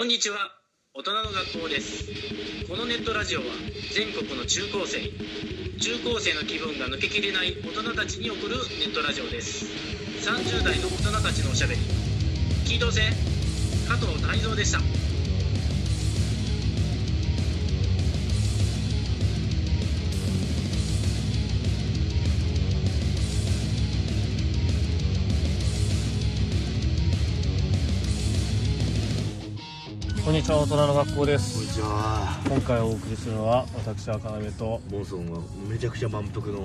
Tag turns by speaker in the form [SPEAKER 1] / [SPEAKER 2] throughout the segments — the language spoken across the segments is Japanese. [SPEAKER 1] こんにちは大人の学校ですこのネットラジオは全国の中高生中高生の気分が抜けきれない大人たちに送るネットラジオです30代の大人たちのおしゃべり聞いとせ加藤泰造でした
[SPEAKER 2] こんにちは大人の学校で
[SPEAKER 3] こんに
[SPEAKER 2] す
[SPEAKER 3] ちは
[SPEAKER 2] 今回お送りするのは私赤鍋と
[SPEAKER 3] モンソンはめちゃくちゃ満腹の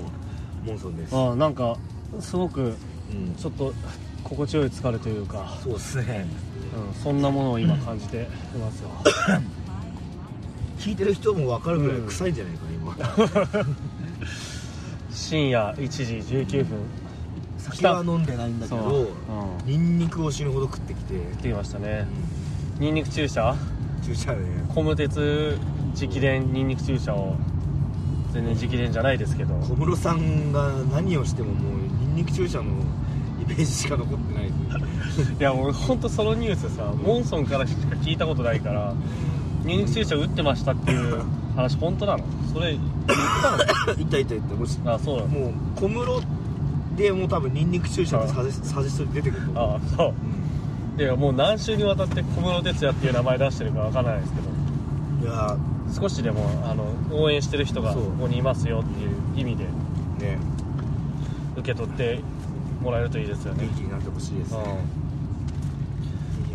[SPEAKER 3] モンソンです
[SPEAKER 2] あなんかすごく
[SPEAKER 3] うん
[SPEAKER 2] ちょっと心地よい疲れというか、
[SPEAKER 3] そうですね
[SPEAKER 2] うん、そんなものを今感じていますよ
[SPEAKER 3] 聞いてる人も分かるぐらい
[SPEAKER 2] うん
[SPEAKER 3] 臭いんじゃないかな今
[SPEAKER 2] 深夜1時19分
[SPEAKER 3] 酒は飲んでないんだけ
[SPEAKER 2] そう、う
[SPEAKER 3] ど
[SPEAKER 2] ん、
[SPEAKER 3] ニンニクを死ぬほど食ってきて、うん
[SPEAKER 2] 来ていましたねニンニク注射
[SPEAKER 3] 注射で
[SPEAKER 2] コム鉄直伝ニンニク注射を全然直伝じゃないですけど
[SPEAKER 3] 小室さんが何をしてももうニンニク注射のイメージしか残ってない
[SPEAKER 2] いや俺本当そのニュースさモンソンからしか聞いたことないからニンニク注射打ってましたっていう話本当なのそれ言った
[SPEAKER 3] いたいたいたもし
[SPEAKER 2] のあそうなの
[SPEAKER 3] もう小室でもう多分ニンニク注射ってサジサジェストで出てくると思う
[SPEAKER 2] あそ
[SPEAKER 3] うん
[SPEAKER 2] ういやもう何週にわたって小室哲也っていう名前出してるかわからないですけど
[SPEAKER 3] いや
[SPEAKER 2] 少しでもあの応援してる人が
[SPEAKER 3] そ
[SPEAKER 2] こ
[SPEAKER 3] う
[SPEAKER 2] こにいますよっていう意味で
[SPEAKER 3] ーね
[SPEAKER 2] 受け取ってもらえるといいですよね
[SPEAKER 3] 元気になってほしいです
[SPEAKER 2] う
[SPEAKER 3] ね
[SPEAKER 2] ん
[SPEAKER 3] いや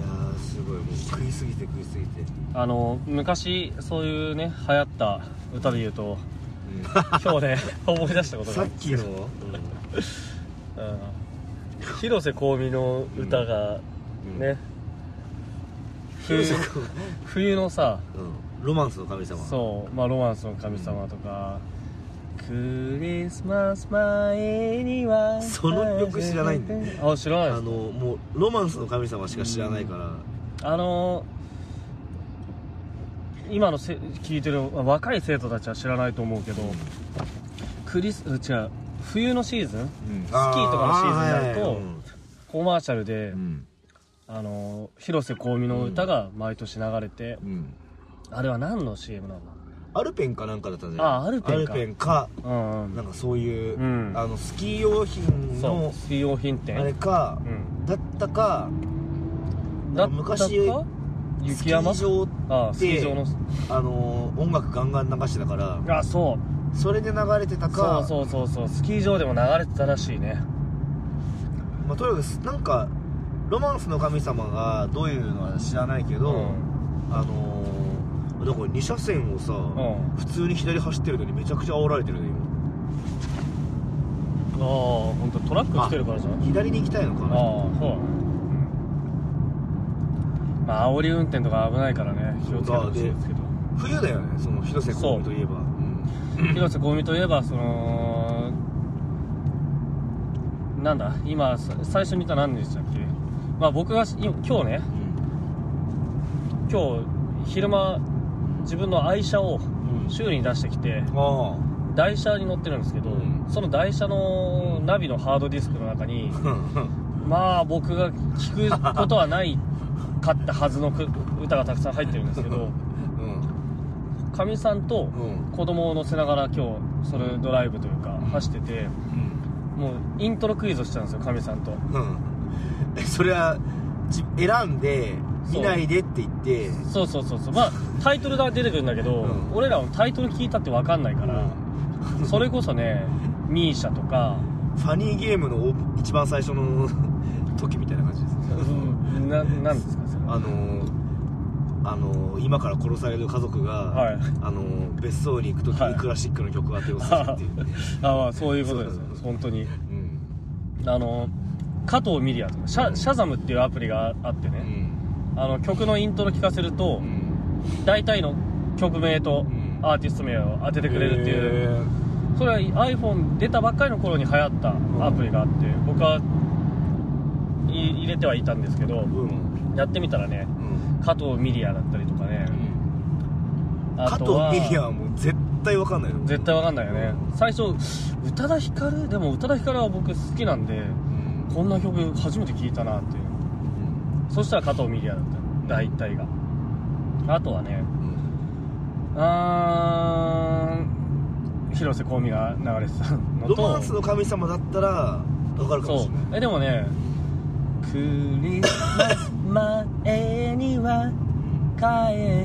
[SPEAKER 3] ーすごいもう食いすぎて食いすぎて、
[SPEAKER 2] あの昔そういうね流行った歌で言うと
[SPEAKER 3] う
[SPEAKER 2] 今日ね思い出したこ
[SPEAKER 3] ん、
[SPEAKER 2] と
[SPEAKER 3] さ
[SPEAKER 2] が
[SPEAKER 3] っきの、
[SPEAKER 2] うん広瀬香美の歌が
[SPEAKER 3] うん
[SPEAKER 2] ね、冬
[SPEAKER 3] 広瀬君
[SPEAKER 2] 冬のさ
[SPEAKER 3] うん、ロマンスの神様
[SPEAKER 2] そう、まあ、ロマンスの神様とか、クリスマス前には
[SPEAKER 3] その曲知らないんだよ
[SPEAKER 2] あ知らない
[SPEAKER 3] あ
[SPEAKER 2] です
[SPEAKER 3] のもうロマンスの神様しか知らないから、
[SPEAKER 2] あの今のせ聞いてる若い生徒たちは知らないと思うけど、クリス違う冬のシーズン
[SPEAKER 3] スキ
[SPEAKER 2] ーとかのシーズンになると
[SPEAKER 3] うん
[SPEAKER 2] コマーシャルで、
[SPEAKER 3] うん
[SPEAKER 2] あの広瀬香美の歌が毎年流れて、
[SPEAKER 3] うん
[SPEAKER 2] あれは何の CM なの
[SPEAKER 3] アルペンかなんかだったんじゃない
[SPEAKER 2] あアルペンか
[SPEAKER 3] アルペンか
[SPEAKER 2] うんうん
[SPEAKER 3] なんかそういう、
[SPEAKER 2] うん
[SPEAKER 3] あのスキー用品
[SPEAKER 2] そ
[SPEAKER 3] の
[SPEAKER 2] う水用品
[SPEAKER 3] あ
[SPEAKER 2] 店
[SPEAKER 3] れか
[SPEAKER 2] うん
[SPEAKER 3] だったか
[SPEAKER 2] だ
[SPEAKER 3] な
[SPEAKER 2] っ
[SPEAKER 3] んか
[SPEAKER 2] たか
[SPEAKER 3] 昔
[SPEAKER 2] 雪山
[SPEAKER 3] スキー場
[SPEAKER 2] ああスキー場の
[SPEAKER 3] あのー音楽ガンガン流してたから
[SPEAKER 2] あそう
[SPEAKER 3] それで流れてた
[SPEAKER 2] そ
[SPEAKER 3] か
[SPEAKER 2] うそうそうそうスキー場でも流れてたらしいね
[SPEAKER 3] まあ、とにかくすなんかロマンスの神様がどういうのは知らないけど、あのー、だから2車線をさ、
[SPEAKER 2] うん
[SPEAKER 3] 普通に左走ってるのにめちゃくちゃ煽られてるね
[SPEAKER 2] ああ本当トラック来てるからじゃん
[SPEAKER 3] 今左に行きたいのか
[SPEAKER 2] ああ
[SPEAKER 3] な
[SPEAKER 2] そうだねうんまあ煽り運転とか危ないからね気をつけてほしいですけど
[SPEAKER 3] 冬だよねその広瀬香美といえば
[SPEAKER 2] 広瀬香美といえばそのなんだ今さ最初に言った何でしたっけまあ僕がし今今日ね今日昼間自分の愛車を
[SPEAKER 3] うん、うん、
[SPEAKER 2] 修理に出してきて
[SPEAKER 3] あ
[SPEAKER 2] 台車に乗ってるんですけど、
[SPEAKER 3] うん
[SPEAKER 2] その台車のナビのハードディスクの中に、
[SPEAKER 3] あ
[SPEAKER 2] まあ僕が聞くことはないかったはずのく歌がたくさん入ってるんですけ ど
[SPEAKER 3] うん
[SPEAKER 2] かみさんと
[SPEAKER 3] うん
[SPEAKER 2] 子供を乗せながら今日それドライブというか走ってて
[SPEAKER 3] うん
[SPEAKER 2] もうイントロクイズをしたんですよかみさんと
[SPEAKER 3] うんそれはじ選んで
[SPEAKER 2] そう
[SPEAKER 3] 見ないでって言って
[SPEAKER 2] そうそうそうそうまあタイトルが出てくるんだけど、
[SPEAKER 3] うん
[SPEAKER 2] 俺らもタイトル聞いたって分かんないから、それこそね MISIA とか
[SPEAKER 3] ファニーゲームのオープン一番最初の時みたいな感じです
[SPEAKER 2] うんななんですかそれ
[SPEAKER 3] あのあの今から殺される家族が、
[SPEAKER 2] はい
[SPEAKER 3] あの別荘に行く時
[SPEAKER 2] はい
[SPEAKER 3] にクラシックの曲当てをするっていう、
[SPEAKER 2] あまあそういうことです
[SPEAKER 3] そうそうそう
[SPEAKER 2] 本当に
[SPEAKER 3] うん
[SPEAKER 2] あの加藤ミリアとかシャシャザムっていうアプリがあって
[SPEAKER 3] う
[SPEAKER 2] ね、
[SPEAKER 3] ん
[SPEAKER 2] あの曲のイントロ聞かせると、
[SPEAKER 3] うん
[SPEAKER 2] 大体の曲名と
[SPEAKER 3] うん
[SPEAKER 2] アーティスト名を当ててくれるっていう、
[SPEAKER 3] へ
[SPEAKER 2] それは iPhone 出たばっかりの頃に流行ったアプリがあって、僕はい入れてはいたんですけど
[SPEAKER 3] ーうん
[SPEAKER 2] やってみたらね
[SPEAKER 3] うん
[SPEAKER 2] 加藤ミリアだったりとかね、
[SPEAKER 3] 加
[SPEAKER 2] あ
[SPEAKER 3] 藤
[SPEAKER 2] とは
[SPEAKER 3] ミリアはもう絶対わかんないよ
[SPEAKER 2] 絶対わかんないよね最初宇多田ヒカルでも宇多田ヒカルは僕好きなんで
[SPEAKER 3] うん
[SPEAKER 2] こんな曲初めて聞いたなっていうそしたら加藤ミリアだった大体が
[SPEAKER 3] う
[SPEAKER 4] あとはね
[SPEAKER 3] うん
[SPEAKER 4] うーん広瀬香美が流れてたのと
[SPEAKER 3] ロマンスの神様だったらわかるかも
[SPEAKER 4] そ
[SPEAKER 3] し
[SPEAKER 4] う
[SPEAKER 3] れない
[SPEAKER 4] えでもねクリスマス前には帰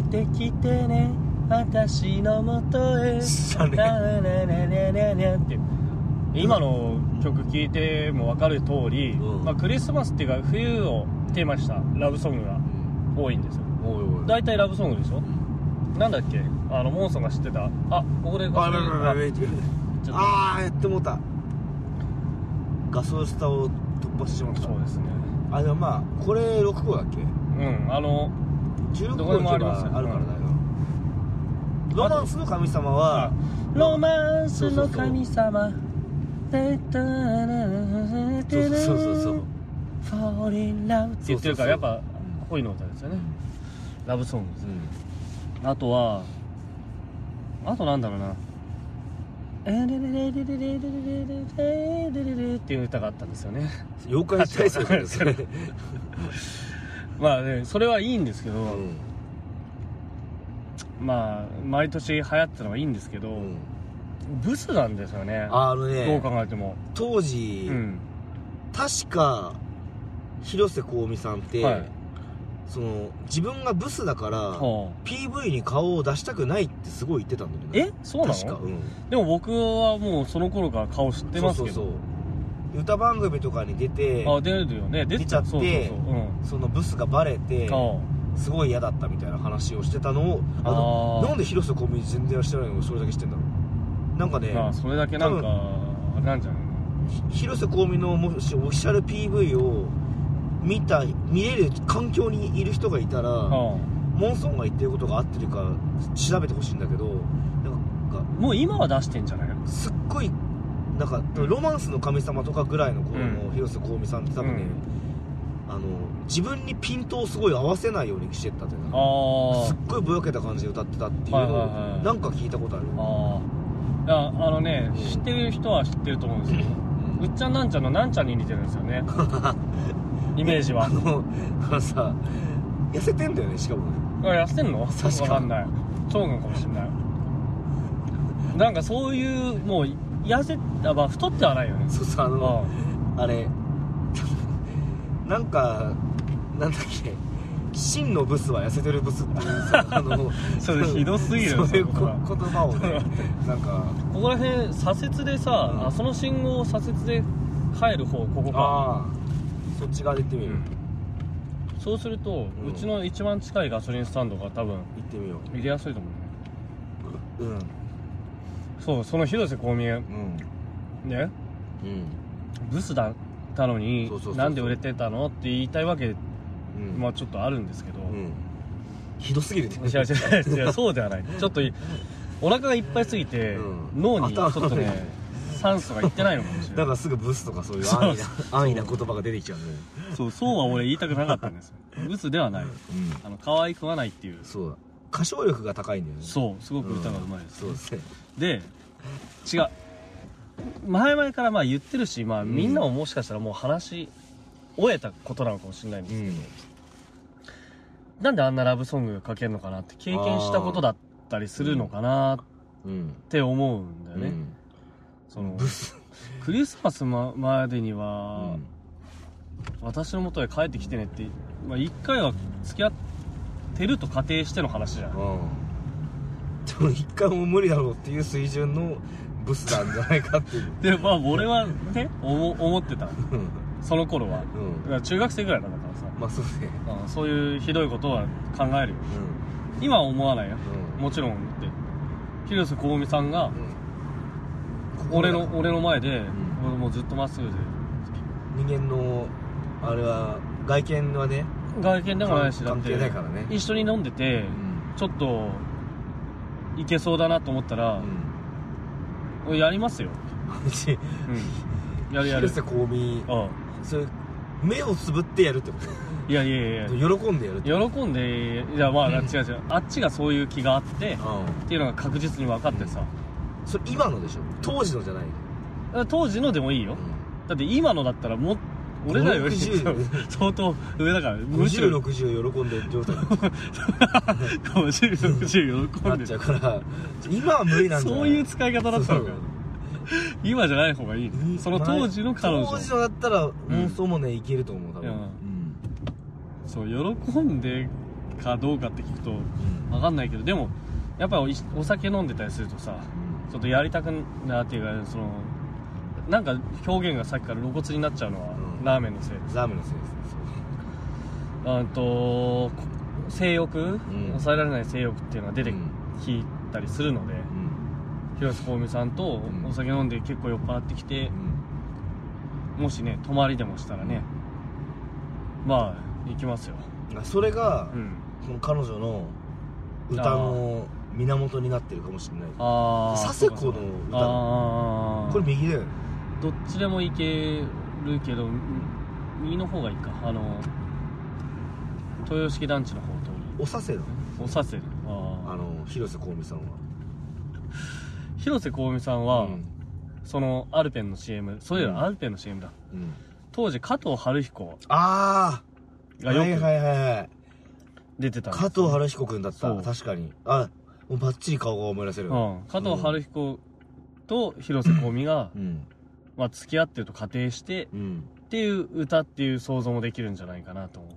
[SPEAKER 4] ってきてね私のもとへ
[SPEAKER 3] 知らねえ
[SPEAKER 4] ななななななって今の曲聴いても分かる通り、
[SPEAKER 3] うん
[SPEAKER 4] まあ、クリスマスっていうか冬をテーマにしたラブソングが多いんですよ
[SPEAKER 3] おいおい
[SPEAKER 4] 大体ラブソングでしょなんだっけあのモンソンが知ってたあここで
[SPEAKER 3] あやべやべやべやべ
[SPEAKER 4] ちょっと
[SPEAKER 3] あーやってもうたガソスタを突破してしまっ
[SPEAKER 4] そう
[SPEAKER 3] た
[SPEAKER 4] ですね
[SPEAKER 3] あでもまあこれ6個だっけ
[SPEAKER 4] うんあの
[SPEAKER 3] 16
[SPEAKER 4] ど
[SPEAKER 3] 個
[SPEAKER 4] こでも
[SPEAKER 3] あ
[SPEAKER 4] あ
[SPEAKER 3] る
[SPEAKER 4] り
[SPEAKER 3] か
[SPEAKER 4] ますよ
[SPEAKER 3] らだよ
[SPEAKER 4] うん
[SPEAKER 3] ロマンスの神様は
[SPEAKER 4] ロマンスの神様そう
[SPEAKER 3] そうそうそうそう
[SPEAKER 4] そうって言ってるからやっぱ恋の歌ですよねラブソングですあとはあとなんだろうな「っていう歌があったんですよね
[SPEAKER 3] 妖怪体操ですね
[SPEAKER 4] まあねそれはいいんですけど、
[SPEAKER 3] うん
[SPEAKER 4] まあ毎年流行ってたのはいいんですけど、
[SPEAKER 3] うん
[SPEAKER 4] ブスなんですよね
[SPEAKER 3] あの
[SPEAKER 4] どう
[SPEAKER 3] ね
[SPEAKER 4] 考えても、
[SPEAKER 3] 当時
[SPEAKER 4] うん
[SPEAKER 3] 確か広瀬香美さんって、
[SPEAKER 4] はい
[SPEAKER 3] その自分がブスだから
[SPEAKER 4] は
[SPEAKER 3] PV に顔を出したくないってすごい言ってたんだよ
[SPEAKER 4] あ、
[SPEAKER 3] ね
[SPEAKER 4] えそうな
[SPEAKER 3] 確か
[SPEAKER 4] の
[SPEAKER 3] うん
[SPEAKER 4] でも僕はもうその頃から顔知ってますけど
[SPEAKER 3] そうそうそう歌番組とかに出て
[SPEAKER 4] あ出るよね出
[SPEAKER 3] 出
[SPEAKER 4] てた
[SPEAKER 3] ちゃって
[SPEAKER 4] そうそうそう
[SPEAKER 3] そのブスがバレて
[SPEAKER 4] うん
[SPEAKER 3] すごい嫌だったみたいな話をしてたのをあの
[SPEAKER 4] あー
[SPEAKER 3] なんで広瀬香美全然してないのをそれだけしてんだろうなんかね、
[SPEAKER 4] あまあそれだけなんか
[SPEAKER 3] 多
[SPEAKER 4] あれなんじゃないの
[SPEAKER 3] ひ広瀬香美のもしオフィシャル PV を見た見れる環境にいる人がいたら、
[SPEAKER 4] は
[SPEAKER 3] モンソンが言ってることが合ってるか調べてほしいんだけどなんか
[SPEAKER 4] あもう今は出してんじゃないの
[SPEAKER 3] すっごいなんかロマンスの神様とかぐらいの頃の広瀬香美さんって多分ね、あの自分にピントをすごい合わせないようにしてったというか
[SPEAKER 4] あ
[SPEAKER 3] すっごいぼやけた感じで歌ってたっていうの
[SPEAKER 4] はいはいは
[SPEAKER 3] を
[SPEAKER 4] い
[SPEAKER 3] なんか聞いたことある、
[SPEAKER 4] あああいやあのね知ってる人は知ってると思うんですけどうっちゃんなんちゃんのなんちゃんに似てるんですよ ねイメージは
[SPEAKER 3] あのあのさ痩せてんだよねしかもね
[SPEAKER 4] あ痩せてんのわ
[SPEAKER 3] 確か
[SPEAKER 4] かんない腸がかもしんないなんかそういうもう痩せあまあ太ってはないよね
[SPEAKER 3] そうさあの
[SPEAKER 4] あ
[SPEAKER 3] あれなんかなんだっけ真のブスは痩せてるブスっていうさあの
[SPEAKER 4] それひどすぎるよ
[SPEAKER 3] そういうこ
[SPEAKER 4] それは
[SPEAKER 3] 言葉を ねなんか
[SPEAKER 4] ここら辺左折でさ、
[SPEAKER 3] うん
[SPEAKER 4] あその信号を左折で帰る方ここか
[SPEAKER 3] ああそっち側で行ってみる、
[SPEAKER 4] うんそうすると、
[SPEAKER 3] う
[SPEAKER 4] うんちの一番近いガソリンスタンドが多分
[SPEAKER 3] 行ってみよ
[SPEAKER 4] 入れやすいと思う
[SPEAKER 3] うう
[SPEAKER 4] ね
[SPEAKER 3] ん
[SPEAKER 4] そうその広瀬香美
[SPEAKER 3] うん
[SPEAKER 4] ね
[SPEAKER 3] うん
[SPEAKER 4] ブスだったのに
[SPEAKER 3] そうそうそうそう
[SPEAKER 4] なんで売れてたのって言いたいわけ、
[SPEAKER 3] うん
[SPEAKER 4] まあちょっとあるんですけど、
[SPEAKER 3] うんひどすぎるね
[SPEAKER 4] 違う違う違うそうではないちょっといお腹がいっぱいすぎて、
[SPEAKER 3] うん
[SPEAKER 4] 脳にちょ
[SPEAKER 3] 頭
[SPEAKER 4] っとね酸素がいってないのかもしれな
[SPEAKER 3] だ
[SPEAKER 4] い
[SPEAKER 3] からすぐブスとかそういう安易な安易な言葉が出てきちゃうね
[SPEAKER 4] そうそうは俺言いたくなかったんですよブスではない
[SPEAKER 3] うん
[SPEAKER 4] あの可愛くはないっていう
[SPEAKER 3] そうだ歌唱力が高いんだよねう
[SPEAKER 4] そうすごく歌がうまいです、
[SPEAKER 3] そうですね
[SPEAKER 4] で違う前々からまあ言ってるし、まあ、みんなももしかしたらもう話し終えたことなのかもしれないんです、
[SPEAKER 3] ん
[SPEAKER 4] なんであんなラブソング書けるのかなって経験したことだったりするのかなっ
[SPEAKER 3] うん
[SPEAKER 4] て思うんだよね、
[SPEAKER 3] うん
[SPEAKER 4] その
[SPEAKER 3] ブス
[SPEAKER 4] クリスマスままでに
[SPEAKER 3] う
[SPEAKER 4] は、
[SPEAKER 3] ん
[SPEAKER 4] 私の元へ帰ってきてねって、まあ、1回は付き合ってると仮定しての話じゃん
[SPEAKER 3] うんでも一回も無理だろうっていう水準のブスなんじゃないかっていう
[SPEAKER 4] でまあ俺はね思思ってた
[SPEAKER 3] うん
[SPEAKER 4] その頃は
[SPEAKER 3] うん
[SPEAKER 4] だから中学生ぐらいだったからさ
[SPEAKER 3] まあそうね
[SPEAKER 4] うんそういうひどいことは考えるよ
[SPEAKER 3] うん
[SPEAKER 4] 今は思わないよ
[SPEAKER 3] うん
[SPEAKER 4] もちろんだって広瀬香美さんが
[SPEAKER 3] うん
[SPEAKER 4] 俺の俺の前で、
[SPEAKER 3] ん
[SPEAKER 4] 俺もうずっとまっすぐで
[SPEAKER 3] 人間のあれは外見はね
[SPEAKER 4] 外見でもないしだっ
[SPEAKER 3] 関
[SPEAKER 4] て
[SPEAKER 3] 係ないからね
[SPEAKER 4] 一緒に飲んで
[SPEAKER 3] う
[SPEAKER 4] て
[SPEAKER 3] ん
[SPEAKER 4] ちょっといけそうだなと思った
[SPEAKER 3] う
[SPEAKER 4] ら、
[SPEAKER 3] ん
[SPEAKER 4] 俺やりますよ、
[SPEAKER 3] うち
[SPEAKER 4] うん、やるやる
[SPEAKER 3] 広瀬香美
[SPEAKER 4] あ
[SPEAKER 3] それ目をつぶってやるってこ
[SPEAKER 4] あいやいやいや
[SPEAKER 3] と喜んでやるって
[SPEAKER 4] 喜んでいやまあ
[SPEAKER 3] うん
[SPEAKER 4] 違う違うあっちがそういう気があってっていうのが確実に分かってさ
[SPEAKER 3] それ今のでしょ当時のじゃない
[SPEAKER 4] 当時のでもいいよだって今のだったらも俺らより
[SPEAKER 3] 50
[SPEAKER 4] 相当上だからむしろ
[SPEAKER 3] 5060喜んでる状態に
[SPEAKER 4] 5060喜
[SPEAKER 3] なんっち
[SPEAKER 4] で
[SPEAKER 3] ゃう
[SPEAKER 4] る
[SPEAKER 3] から 今は無理なんだ
[SPEAKER 4] そういう使い方だったのか今じゃない方がいいねその当時の彼女
[SPEAKER 3] 当時のだったら妄想もね、いけると思う多分
[SPEAKER 4] いやそう喜んでかどうかって聞くと分かんないけどでもやっぱりおお酒飲んでたりするとさちょっとやりたくなっていうかそのなんか表現がさっきから露骨になっちゃうのは、
[SPEAKER 3] うん
[SPEAKER 4] ラーメンのせい
[SPEAKER 3] ラーメンのせいですねそう
[SPEAKER 4] あとこ性欲、
[SPEAKER 3] ん
[SPEAKER 4] 抑えられない性欲っていうのが出てきたりするので、
[SPEAKER 3] うん
[SPEAKER 4] 広瀬香美さんと
[SPEAKER 3] ん
[SPEAKER 4] お酒飲んで結構酔っ払ってきて、もしね泊まりでもしたらねまあ行きますよ
[SPEAKER 3] あそれが
[SPEAKER 4] う、ん
[SPEAKER 3] この彼女の歌の源になってるかもしれない
[SPEAKER 4] ああ
[SPEAKER 3] 佐世子の歌
[SPEAKER 4] ああ
[SPEAKER 3] これ右だよね
[SPEAKER 4] どっちでもいけるけど右の方がいいかあの豊式団地の方通
[SPEAKER 3] おさせだね
[SPEAKER 4] りおさせるあ
[SPEAKER 3] あの広瀬香美さんは
[SPEAKER 4] あ広瀬香美さんは、
[SPEAKER 3] うん
[SPEAKER 4] そのアルペンの CM そういえ
[SPEAKER 3] うん
[SPEAKER 4] ばアルペンの CM だ、
[SPEAKER 3] うん
[SPEAKER 4] 当時加藤晴彦
[SPEAKER 3] ああ
[SPEAKER 4] が
[SPEAKER 3] は
[SPEAKER 4] よ
[SPEAKER 3] い
[SPEAKER 4] く
[SPEAKER 3] はいはいはい
[SPEAKER 4] 出てたんです
[SPEAKER 3] 加藤晴彦君だっ
[SPEAKER 4] そ
[SPEAKER 3] た
[SPEAKER 4] う
[SPEAKER 3] 確かにあもうバッチリ顔が思い出せる
[SPEAKER 4] うん、加藤晴彦と広瀬香美が、
[SPEAKER 3] うん
[SPEAKER 4] まあ、付き合ってると仮定して
[SPEAKER 3] うん
[SPEAKER 4] っていう歌っていう想像もできるんじゃないかなと思う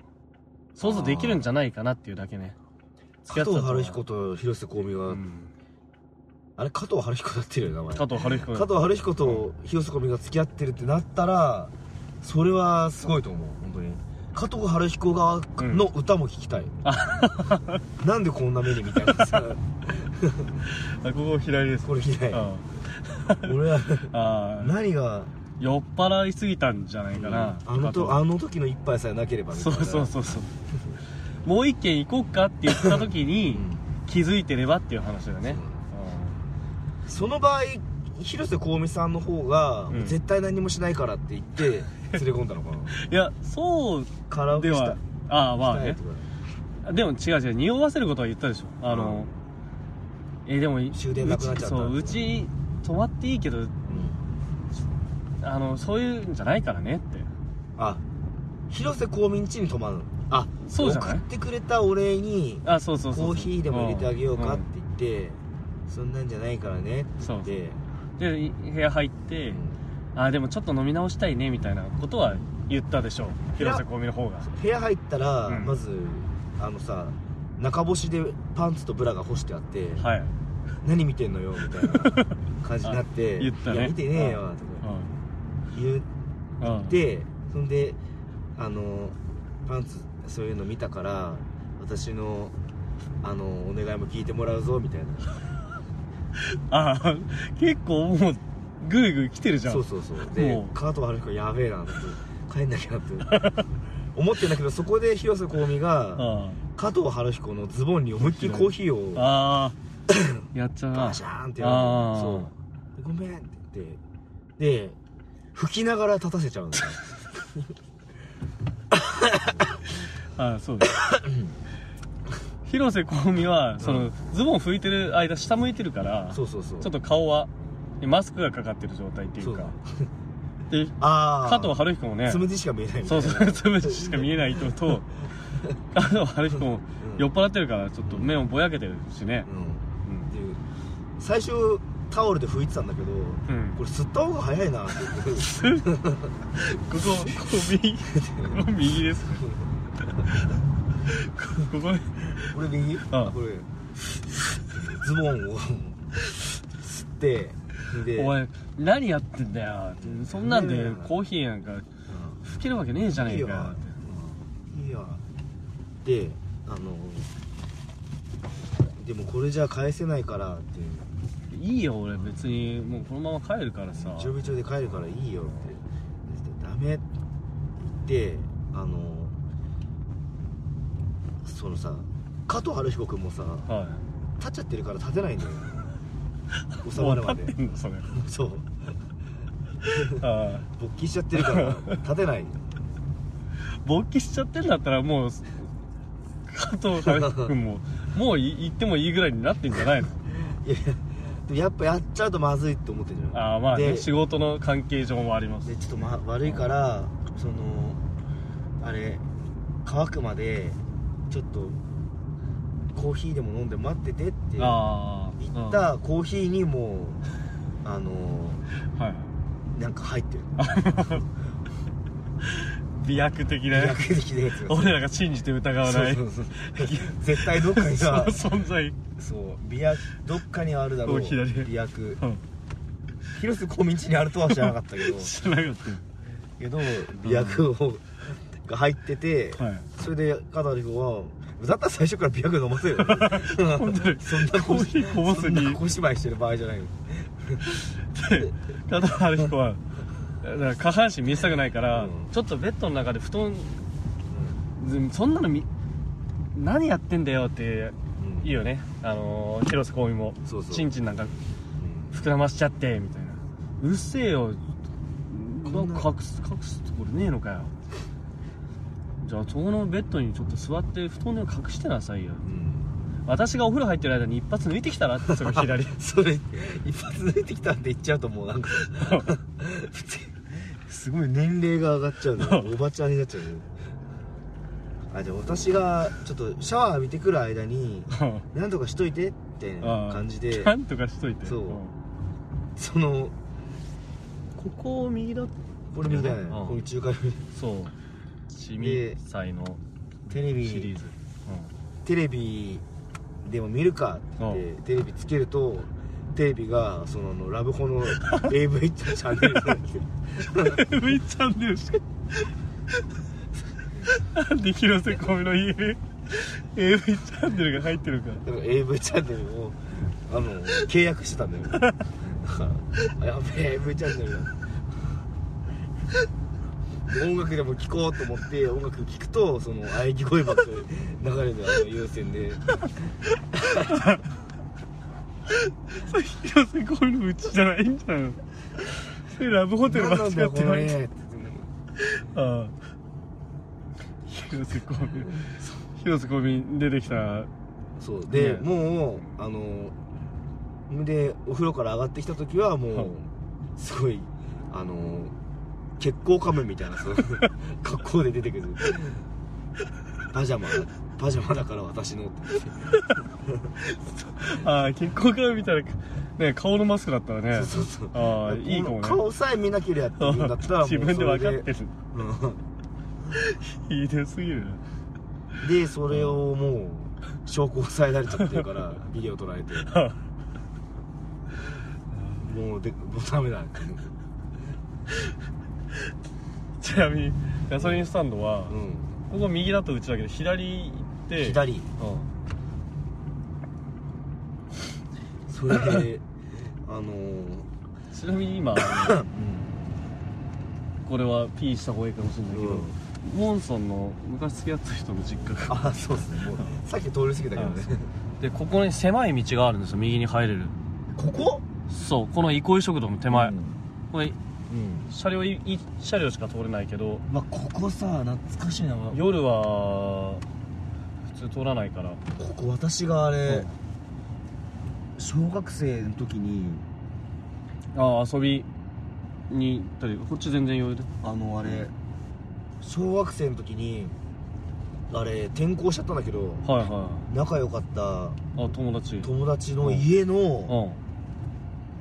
[SPEAKER 4] 想像できるんじゃないかなっていうだけね
[SPEAKER 3] 加藤
[SPEAKER 4] 思う
[SPEAKER 3] 晴彦と広瀬香美が、
[SPEAKER 4] うん
[SPEAKER 3] あれ加藤晴彦だってるよ名前
[SPEAKER 4] 加藤晴彦
[SPEAKER 3] 加藤晴彦と広瀬香美が付き合ってるってなったらそれはすごいと思う本当に加藤晴彦側の歌も聴きたい、なんでこんな目にみたいなさ
[SPEAKER 4] あここ左です
[SPEAKER 3] これ嫌い
[SPEAKER 4] あ
[SPEAKER 3] 俺は
[SPEAKER 4] あー
[SPEAKER 3] 何が
[SPEAKER 4] 酔っ払いすぎたんじゃないかな、
[SPEAKER 3] あのと
[SPEAKER 4] 加
[SPEAKER 3] あの時の一杯さえなければみた
[SPEAKER 4] 藤
[SPEAKER 3] いな
[SPEAKER 4] そうそうそうそうもう一軒行こっかって言った時
[SPEAKER 3] う
[SPEAKER 4] に
[SPEAKER 3] ん
[SPEAKER 4] 気づいてればっていう話だよね
[SPEAKER 3] その場合広瀬香美さんの方が、
[SPEAKER 4] うん
[SPEAKER 3] 絶対何もしないからって言 って連れ込んだのかな
[SPEAKER 4] うんいやそう
[SPEAKER 3] カラオケ
[SPEAKER 4] で
[SPEAKER 3] した
[SPEAKER 4] はああまあ
[SPEAKER 3] したい
[SPEAKER 4] ね
[SPEAKER 3] とか
[SPEAKER 4] でも違う違う匂わせることは言ったでしょあの、えでも
[SPEAKER 3] 終電なくなっちゃった
[SPEAKER 4] うそううち泊まっていいけど
[SPEAKER 3] うん
[SPEAKER 4] あのそういうんじゃないからねって
[SPEAKER 3] あ広瀬香美ん家に泊まるのあ
[SPEAKER 4] そうじゃない
[SPEAKER 3] 送ってくれたお礼に
[SPEAKER 4] あそうそ
[SPEAKER 3] コ
[SPEAKER 4] うそうそ
[SPEAKER 3] ー
[SPEAKER 4] う
[SPEAKER 3] ヒーでも入れてあげようかっ
[SPEAKER 4] ん
[SPEAKER 3] て
[SPEAKER 4] ん
[SPEAKER 3] 言って、そんなんじゃないからねって
[SPEAKER 4] そ
[SPEAKER 3] 言っ
[SPEAKER 4] う
[SPEAKER 3] て
[SPEAKER 4] でい部屋入って、
[SPEAKER 3] うん
[SPEAKER 4] あでもちょっと飲み直したいねみたいなことは言ったでしょう広瀬香美の方が
[SPEAKER 3] 部屋入ったら、
[SPEAKER 4] うん
[SPEAKER 3] まずあのさ中干しでパンツとブラが干してあって
[SPEAKER 4] はい、
[SPEAKER 3] 何見てんのよみたいな感じになって
[SPEAKER 4] あ 言ったね
[SPEAKER 3] いや見てねえよと
[SPEAKER 4] う
[SPEAKER 3] か
[SPEAKER 4] ん
[SPEAKER 3] 言っ
[SPEAKER 4] うん
[SPEAKER 3] てそんであのパンツそういうの見たから私のあのお願いも聞いてもらうぞみたいな
[SPEAKER 4] ああ結構もうグイグイ来てるじゃん
[SPEAKER 3] そうそうそうで
[SPEAKER 4] もう
[SPEAKER 3] カート悪いからやべえなって帰んなきゃって思ってんだけどそこで広瀬香美が
[SPEAKER 4] あ
[SPEAKER 3] 加藤晴彦のズボンに思いっきりコーヒーを
[SPEAKER 4] あ ーやっちゃう
[SPEAKER 3] バ
[SPEAKER 4] な
[SPEAKER 3] シャーンってやるの
[SPEAKER 4] あー
[SPEAKER 3] そうごめんって言ってで吹きながら立たせちゃうんだよ
[SPEAKER 4] ああ そうです広瀬香美はその、
[SPEAKER 3] うん
[SPEAKER 4] ズボン拭いてる間下向いてるから
[SPEAKER 3] そうそうそう
[SPEAKER 4] ちょっと顔はマスクがかかってる状態っていうかで
[SPEAKER 3] ああ
[SPEAKER 4] 加藤晴彦もね
[SPEAKER 3] つむじしか見えないみた
[SPEAKER 4] そ
[SPEAKER 3] いうな
[SPEAKER 4] そうつぶしか見えないの と加藤晴彦も
[SPEAKER 3] うん
[SPEAKER 4] 酔っ払ってるからちょっと目もぼやけてるしね
[SPEAKER 3] う
[SPEAKER 4] うん
[SPEAKER 3] ん、っていう最初タオルで拭いてたんだけど、
[SPEAKER 4] ん
[SPEAKER 3] これ吸った方が早いなって言って
[SPEAKER 4] ここここ右ここ 右ですこここね
[SPEAKER 3] これ右
[SPEAKER 4] あ
[SPEAKER 3] これズボンを吸ってで
[SPEAKER 4] お前何やってんだよそんなんでコーヒーなんか吹けるわけねえじゃ
[SPEAKER 3] うん
[SPEAKER 4] ね
[SPEAKER 3] いい
[SPEAKER 4] え
[SPEAKER 3] よ
[SPEAKER 4] かよ
[SPEAKER 3] いいよであのでもこれじゃ返せないからって
[SPEAKER 4] いいよ俺別にもうこのまま帰るからさ
[SPEAKER 3] ちょびちょびで帰るからいいよってダメって言ってあのそのさ加藤晴彦君もさ
[SPEAKER 4] は
[SPEAKER 3] 立っちゃってるから立て ないんだよ
[SPEAKER 4] い
[SPEAKER 3] 収
[SPEAKER 4] も
[SPEAKER 3] ま
[SPEAKER 4] う
[SPEAKER 3] る
[SPEAKER 4] 立
[SPEAKER 3] ま
[SPEAKER 4] っ
[SPEAKER 3] で
[SPEAKER 4] てんのそれ
[SPEAKER 3] そう
[SPEAKER 4] あ
[SPEAKER 3] 勃起しちゃってる から立てないんだよ
[SPEAKER 4] あ勃起しちゃってんだったらもう加藤晴彦 君ももうい行ってもいいぐらいになってんじゃないの
[SPEAKER 3] いやいやでもやっぱやっちゃうとまずいって思ってるじゃん
[SPEAKER 4] ああまあね
[SPEAKER 3] で
[SPEAKER 4] 仕事の関係上もあります
[SPEAKER 3] でちょっと、ま、悪いからそのあれ乾くまでちょっとコーヒーでも飲んで待っててって言
[SPEAKER 4] ああ
[SPEAKER 3] っ
[SPEAKER 4] は
[SPEAKER 3] たコーヒーにもうあの
[SPEAKER 4] いはい
[SPEAKER 3] なんか入ってる
[SPEAKER 4] 美薬的な
[SPEAKER 3] 薬的なやつが
[SPEAKER 4] 俺らが信じて疑わない
[SPEAKER 3] そうそうそう絶対どっかにさ
[SPEAKER 4] その存在
[SPEAKER 3] そう美薬どっかにあるだろう
[SPEAKER 4] そう左
[SPEAKER 3] 美薬
[SPEAKER 4] うん
[SPEAKER 3] 広瀬小道にあるとは知らなかったけ ど
[SPEAKER 4] 知らなかっ
[SPEAKER 3] けど美薬をが入ってて、
[SPEAKER 4] たよはい
[SPEAKER 3] それでカタリコはだったら最初から美薬飲ませるよ
[SPEAKER 4] 本当に
[SPEAKER 3] そんな
[SPEAKER 4] コーヒーこぼすに
[SPEAKER 3] そんな小芝居してる場合じゃないよ
[SPEAKER 4] で 加藤春彦はだから下半身見せたくないから、
[SPEAKER 3] うん
[SPEAKER 4] ちょっとベッドの中で布団ずそんなのみ何やってんだよって
[SPEAKER 3] うん
[SPEAKER 4] いいよねあのー広瀬香美も
[SPEAKER 3] そうそう
[SPEAKER 4] チンチンなんか膨らましちゃってみたいなうるせえよ
[SPEAKER 3] こんな
[SPEAKER 4] 隠す隠すところねえのかよじゃあそこのベッドにちょっと座って布団でも隠してなさいよ
[SPEAKER 3] うんうん
[SPEAKER 4] 私がお風呂入ってる間に一発抜いてきたらってその左
[SPEAKER 3] それ一発抜いてきたって言っちゃうともうなんか普通すごい年齢が上がっちゃうねおばちゃんになっちゃうねあじゃあ私がちょっとシャワー浴びてくる間になんとかしといてって
[SPEAKER 4] ああ
[SPEAKER 3] 感じで
[SPEAKER 4] なんとかしといて
[SPEAKER 3] そうんその
[SPEAKER 4] ここを右だ
[SPEAKER 3] これみたい
[SPEAKER 4] うん
[SPEAKER 3] なこういう中華料理
[SPEAKER 4] そうシミ祭の
[SPEAKER 3] テレ
[SPEAKER 4] シリ
[SPEAKER 3] ビ
[SPEAKER 4] ーズ、
[SPEAKER 3] テレビでも見るかって言ってテレビつけるとテレビがそのあのラブホの AV ってチャンネルになってる
[SPEAKER 4] うん、V チャンネルしかなんで広瀬香美の AV AV チャンネルが入ってるか
[SPEAKER 3] だから AV チャンネルをあの契約してたんだよ だからやべえ AV チャンネルだ音楽でも聴こうと思って音楽聴くとその喘ぎ声ばっかり流れるあの優先で
[SPEAKER 4] それ広瀬香美のうちじゃないんじゃないのそれラブ ホテル
[SPEAKER 3] 何な
[SPEAKER 4] 間
[SPEAKER 3] ん
[SPEAKER 4] 違っ
[SPEAKER 3] だよこ
[SPEAKER 4] て
[SPEAKER 3] の
[SPEAKER 4] な
[SPEAKER 3] 絵
[SPEAKER 4] い
[SPEAKER 3] って言って
[SPEAKER 4] ああ広瀬香美広瀬香美に出てきた
[SPEAKER 3] そうで、
[SPEAKER 4] ね
[SPEAKER 3] もうあのでお風呂から上がってきた時はもう、
[SPEAKER 4] はい
[SPEAKER 3] すごいあの血行仮面みたいなそう 格好で出てくるパジャマパジャマだから私のって
[SPEAKER 4] ああ結婚から見たらね顔のマスクだったらね
[SPEAKER 3] そうそう
[SPEAKER 4] ああ
[SPEAKER 3] この
[SPEAKER 4] いいかもね
[SPEAKER 3] 顔さえ見なければっていうんだったらもう
[SPEAKER 4] 自分で分かって
[SPEAKER 3] そ
[SPEAKER 4] る
[SPEAKER 3] れでうん
[SPEAKER 4] いいですぎるな
[SPEAKER 3] でそれをもう証拠押さえられちゃってるからビデオ撮られ て
[SPEAKER 4] あ
[SPEAKER 3] もうでもうダメ だって
[SPEAKER 4] ちなみにガソリンスタンドは、
[SPEAKER 3] うん
[SPEAKER 4] ここ右だとうちだけど左行って
[SPEAKER 3] 左
[SPEAKER 4] う
[SPEAKER 3] それであのー
[SPEAKER 4] んちなみに今これは P した方がいいかもしれないけど、
[SPEAKER 3] うん
[SPEAKER 4] モンソンの昔付き合ってた人の実家が
[SPEAKER 3] あそうですねもうさっき通り過ぎたけどね
[SPEAKER 4] でここに狭い道があるんですよ右に入れる
[SPEAKER 3] ここ
[SPEAKER 4] そうこの憩い食堂の手前、
[SPEAKER 3] うん、
[SPEAKER 4] これ車両い一車両しか通れないけど
[SPEAKER 3] まあここさ懐かしいなこ
[SPEAKER 4] 夜は普通通らないから
[SPEAKER 3] こ私があれ、
[SPEAKER 4] うん
[SPEAKER 3] 小学生の時に
[SPEAKER 4] ああ遊びに行ったりこっち全然余裕で
[SPEAKER 3] あのあれ小学生の時にあれ転校しちゃったんだけど
[SPEAKER 4] はいはい
[SPEAKER 3] 仲良かった
[SPEAKER 4] あ友達
[SPEAKER 3] 友達の家
[SPEAKER 4] うん
[SPEAKER 3] の
[SPEAKER 4] は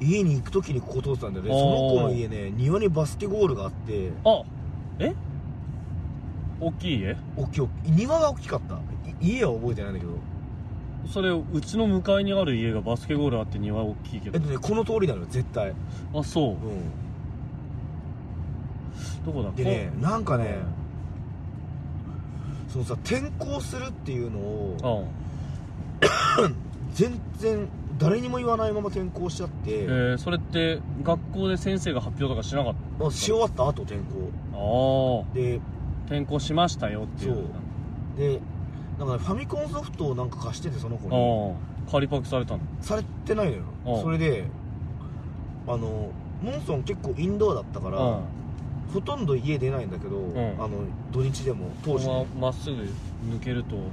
[SPEAKER 3] 家に行く時にここ通ってたんだよね
[SPEAKER 4] あ
[SPEAKER 3] そ
[SPEAKER 4] ー
[SPEAKER 3] の子の家ね庭にバスケゴールがあって
[SPEAKER 4] あえ大きい家
[SPEAKER 3] 大きい大きい庭が大きかったい家は覚えてないんだけど
[SPEAKER 4] それうちの向かいにある家がバスケゴールあって庭大きいけ
[SPEAKER 3] えっと
[SPEAKER 4] ど
[SPEAKER 3] ねこの通りなのよ絶対
[SPEAKER 4] あそう
[SPEAKER 3] うん
[SPEAKER 4] どこだ
[SPEAKER 3] でね
[SPEAKER 4] こ
[SPEAKER 3] なんかねそのさ転校するっていうのを
[SPEAKER 4] うん
[SPEAKER 3] 全然誰にも言わないまま転校しちゃって、
[SPEAKER 4] えー、それって学校で先生が発表とかしなかった
[SPEAKER 3] まあし終わった後転校
[SPEAKER 4] ああ
[SPEAKER 3] で
[SPEAKER 4] 転校しましたよっていう
[SPEAKER 3] そうでなんかねファミコンソフトをなんか貸しててその子に
[SPEAKER 4] ああ仮パクされたの
[SPEAKER 3] されてないのよ
[SPEAKER 4] うん
[SPEAKER 3] それであのモンソン結構インドアだったから、
[SPEAKER 4] う
[SPEAKER 3] ほとんど家出ないんだけど、
[SPEAKER 4] ん
[SPEAKER 3] あの土日でも当
[SPEAKER 4] ん
[SPEAKER 3] 時
[SPEAKER 4] この
[SPEAKER 3] ね、
[SPEAKER 4] ままっすぐ抜けるとガ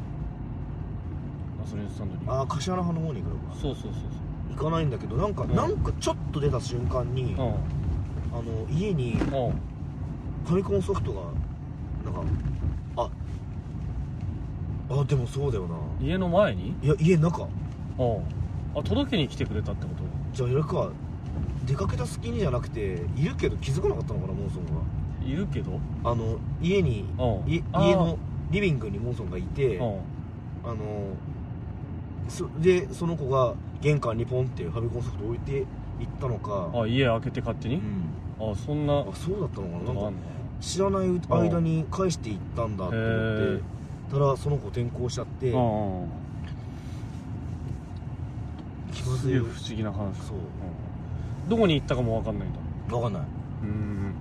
[SPEAKER 4] ソリンスタンドに
[SPEAKER 3] ああ柏の葉の方に行くのか
[SPEAKER 4] そうそうそう
[SPEAKER 3] 行かないんだけどなんか、
[SPEAKER 4] うん
[SPEAKER 3] なんかちょっと出た瞬間に、
[SPEAKER 4] そう
[SPEAKER 3] あの家に
[SPEAKER 4] うんうん
[SPEAKER 3] ファミコンソフトがなんかああでもそうだよな
[SPEAKER 4] 家の前に
[SPEAKER 3] いや家の中
[SPEAKER 4] ああ届けに来てくれたってこと
[SPEAKER 3] じゃあやるか出かけた隙にじゃなくているけど気づかなかったのかなモンソン
[SPEAKER 4] いるけど
[SPEAKER 3] があの家に
[SPEAKER 4] うん
[SPEAKER 3] い家
[SPEAKER 4] あー
[SPEAKER 3] のリビングにモンソンがいて
[SPEAKER 4] うん
[SPEAKER 3] あのそでその子が玄関にポンってファミコンソフト置いて行ったのか
[SPEAKER 4] あ家開けて勝手
[SPEAKER 3] う
[SPEAKER 4] に、
[SPEAKER 3] ん
[SPEAKER 4] あそんな
[SPEAKER 3] あ
[SPEAKER 4] こ
[SPEAKER 3] そうだったのか
[SPEAKER 4] と
[SPEAKER 3] な
[SPEAKER 4] が
[SPEAKER 3] なんか
[SPEAKER 4] あんのか
[SPEAKER 3] 知らない間に返していったんだと思
[SPEAKER 4] へ
[SPEAKER 3] っ
[SPEAKER 4] え
[SPEAKER 3] てたらその子転校しちゃって
[SPEAKER 4] なうんうん
[SPEAKER 3] 気ますず
[SPEAKER 4] げ
[SPEAKER 3] い
[SPEAKER 4] え不思議な話
[SPEAKER 3] そう
[SPEAKER 4] うんどこに行ったかも分かんないんだ
[SPEAKER 3] 分かんない
[SPEAKER 4] うん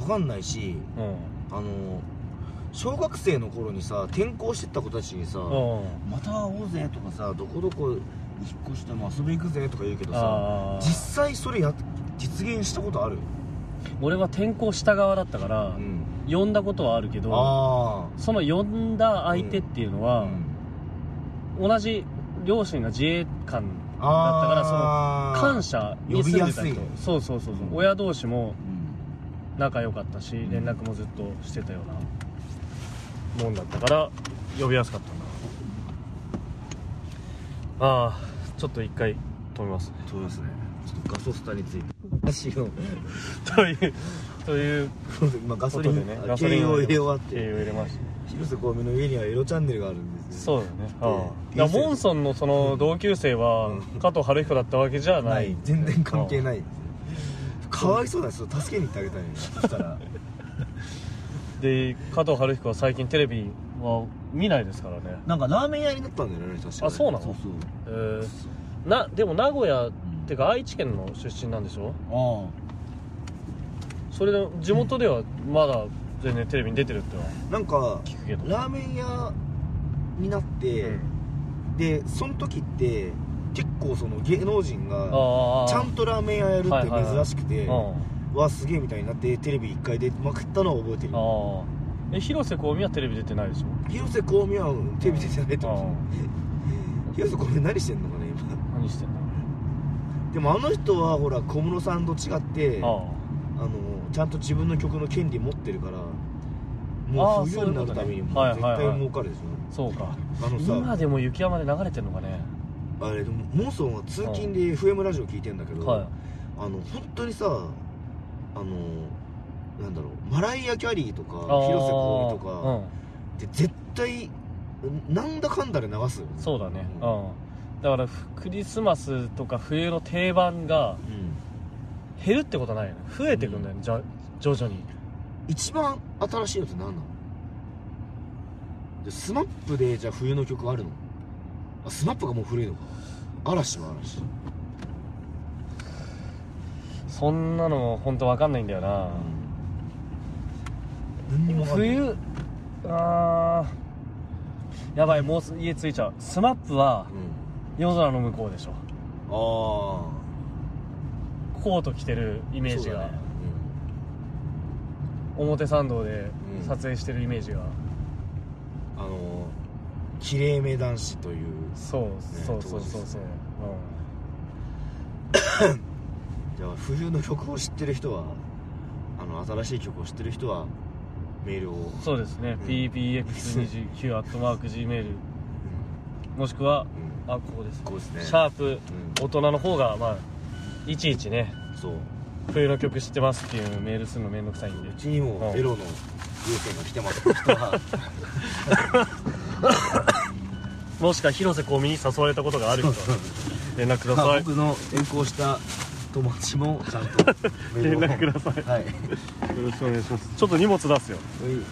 [SPEAKER 3] 分かんないし
[SPEAKER 4] うん
[SPEAKER 3] あの小学生の頃にさ転校してった子たちにさ
[SPEAKER 4] うん
[SPEAKER 3] また会おうぜとかさどこどこに引っ越しても遊び行くぜとか言うけどさ
[SPEAKER 4] あ
[SPEAKER 3] 実
[SPEAKER 4] あ
[SPEAKER 3] 際それや実現したことある
[SPEAKER 4] 俺は転校した側だったから、
[SPEAKER 3] ん
[SPEAKER 4] 呼んだことはあるけど
[SPEAKER 3] あ
[SPEAKER 4] その呼んだ相手っていうの
[SPEAKER 3] あ
[SPEAKER 4] は、
[SPEAKER 3] うん
[SPEAKER 4] 同じ両親が自衛官だったからその
[SPEAKER 3] あー
[SPEAKER 4] 感謝に住んでた
[SPEAKER 3] 呼びや
[SPEAKER 4] 人
[SPEAKER 3] すいね
[SPEAKER 4] そうそうそうそう、
[SPEAKER 3] うん
[SPEAKER 4] 親同士も
[SPEAKER 3] うん
[SPEAKER 4] 仲良かったし連絡もずっとしてたようなもんだったから呼びやすかったんだああちょっと一回止めます
[SPEAKER 3] そうですねちょっとガソスタについて私の
[SPEAKER 4] というという
[SPEAKER 3] 今ガ
[SPEAKER 4] こ
[SPEAKER 3] ソ
[SPEAKER 4] と
[SPEAKER 3] リ
[SPEAKER 4] で
[SPEAKER 3] ン
[SPEAKER 4] ね
[SPEAKER 3] あ軽油を入れ終わって
[SPEAKER 4] 軽油を入れまし
[SPEAKER 3] 広瀬香美の家にはエロチャンネルがあるんですよ
[SPEAKER 4] そうだよねああ
[SPEAKER 3] で
[SPEAKER 4] だからモンソンのその同級生は
[SPEAKER 3] うん
[SPEAKER 4] 加藤晴彦だったわけじゃな
[SPEAKER 3] ないい全然関係
[SPEAKER 4] い
[SPEAKER 3] ないんですよかわいそうなんですよ助けに行ってあげたいのよそしたら
[SPEAKER 4] で加藤晴彦は最近テレビは見ないですからね
[SPEAKER 3] なんかラーメン屋になったんだよね確か
[SPEAKER 4] あそうなの
[SPEAKER 3] そうそう
[SPEAKER 4] えーなでも名古屋ってか愛知県の出身なんでしょ
[SPEAKER 3] あ
[SPEAKER 4] それで地元ではまだ全然テレビに出てるってのは
[SPEAKER 3] あなんか
[SPEAKER 4] 聞くけど、
[SPEAKER 3] ラーメン屋になって、
[SPEAKER 4] うん
[SPEAKER 3] でその時って結構その芸能人が
[SPEAKER 4] ああ
[SPEAKER 3] ちゃんとラーメン屋やるって
[SPEAKER 4] はいはいはい
[SPEAKER 3] 珍しくて、
[SPEAKER 4] うん
[SPEAKER 3] わすげえみたいになってテレビ一回出まくったのは覚えてる
[SPEAKER 4] ああえ広瀬香美はテレビ出てないでしょ
[SPEAKER 3] 広瀬香美はテレビ出てないと思う広瀬香美何してんのかね今
[SPEAKER 4] 何してんだ
[SPEAKER 3] でもあの人はほら小室さんと違って
[SPEAKER 4] あ
[SPEAKER 3] あのちゃんと自分の曲の権利持ってるから
[SPEAKER 4] あ
[SPEAKER 3] もう
[SPEAKER 4] ー
[SPEAKER 3] 冬になるためにも
[SPEAKER 4] そ
[SPEAKER 3] 絶
[SPEAKER 4] ういううことねはいはいは
[SPEAKER 3] 対
[SPEAKER 4] い
[SPEAKER 3] 儲かるでし
[SPEAKER 4] あそうか
[SPEAKER 3] ょあの
[SPEAKER 4] 今
[SPEAKER 3] さ
[SPEAKER 4] でも雪山で流れてんのかね
[SPEAKER 3] あれでもモンソンは通勤で FM ラジオ聞いてんだけど、
[SPEAKER 4] は
[SPEAKER 3] あの本当にさあのなんだろうマライア・キャリーとか
[SPEAKER 4] い
[SPEAKER 3] 広瀬香美と
[SPEAKER 4] あ
[SPEAKER 3] か
[SPEAKER 4] あ
[SPEAKER 3] って絶対なんだかんだで流すよね
[SPEAKER 4] うんそうだね
[SPEAKER 3] う
[SPEAKER 4] うんだからふクリスマスとか冬の定番が
[SPEAKER 3] うん
[SPEAKER 4] 減るってことないよね増えてくんだよね、じゃ徐々に
[SPEAKER 3] 一番新しいのって何なのでスマップでじゃあ冬の曲あるのあスマップがもう古いのか嵐は嵐
[SPEAKER 4] そんなの本当わかんないんだよな、
[SPEAKER 3] 何にもわかんない
[SPEAKER 4] 冬あーやばいもうす家着いちゃうスマップは
[SPEAKER 3] うん
[SPEAKER 4] 夜空の向こうでしょ
[SPEAKER 3] あ
[SPEAKER 4] コート着てるイ
[SPEAKER 3] あ
[SPEAKER 4] メージが、表参道で
[SPEAKER 3] うん
[SPEAKER 4] 撮影してるイメージが、
[SPEAKER 3] あのきれいめ男子という
[SPEAKER 4] そうそう
[SPEAKER 3] 当時
[SPEAKER 4] そうそうそう、
[SPEAKER 3] じゃあ冬の曲を知ってる人はあの新しい曲を知ってる人はメールを、うん
[SPEAKER 4] うん、そうですね、
[SPEAKER 3] うん
[SPEAKER 4] ppx29-gmail もしくは
[SPEAKER 3] うん
[SPEAKER 4] あここです
[SPEAKER 3] こうですね
[SPEAKER 4] シャープ
[SPEAKER 3] う
[SPEAKER 4] 大人の方がまあいちいちね
[SPEAKER 3] ん、そう
[SPEAKER 4] 冬の曲知ってますっていうメールするのめんどくさいんで
[SPEAKER 3] うちにも
[SPEAKER 4] うん
[SPEAKER 3] エロの優先が来てます人は
[SPEAKER 4] もしくは広瀬香美に誘われたことがある 人連絡くだ
[SPEAKER 3] ま
[SPEAKER 4] さ
[SPEAKER 3] あ
[SPEAKER 4] い
[SPEAKER 3] 僕の転校した友達もちゃんとメールを
[SPEAKER 4] 連絡ください
[SPEAKER 3] はい
[SPEAKER 4] よろしくお願いしますちょっと荷物出すよ
[SPEAKER 3] うい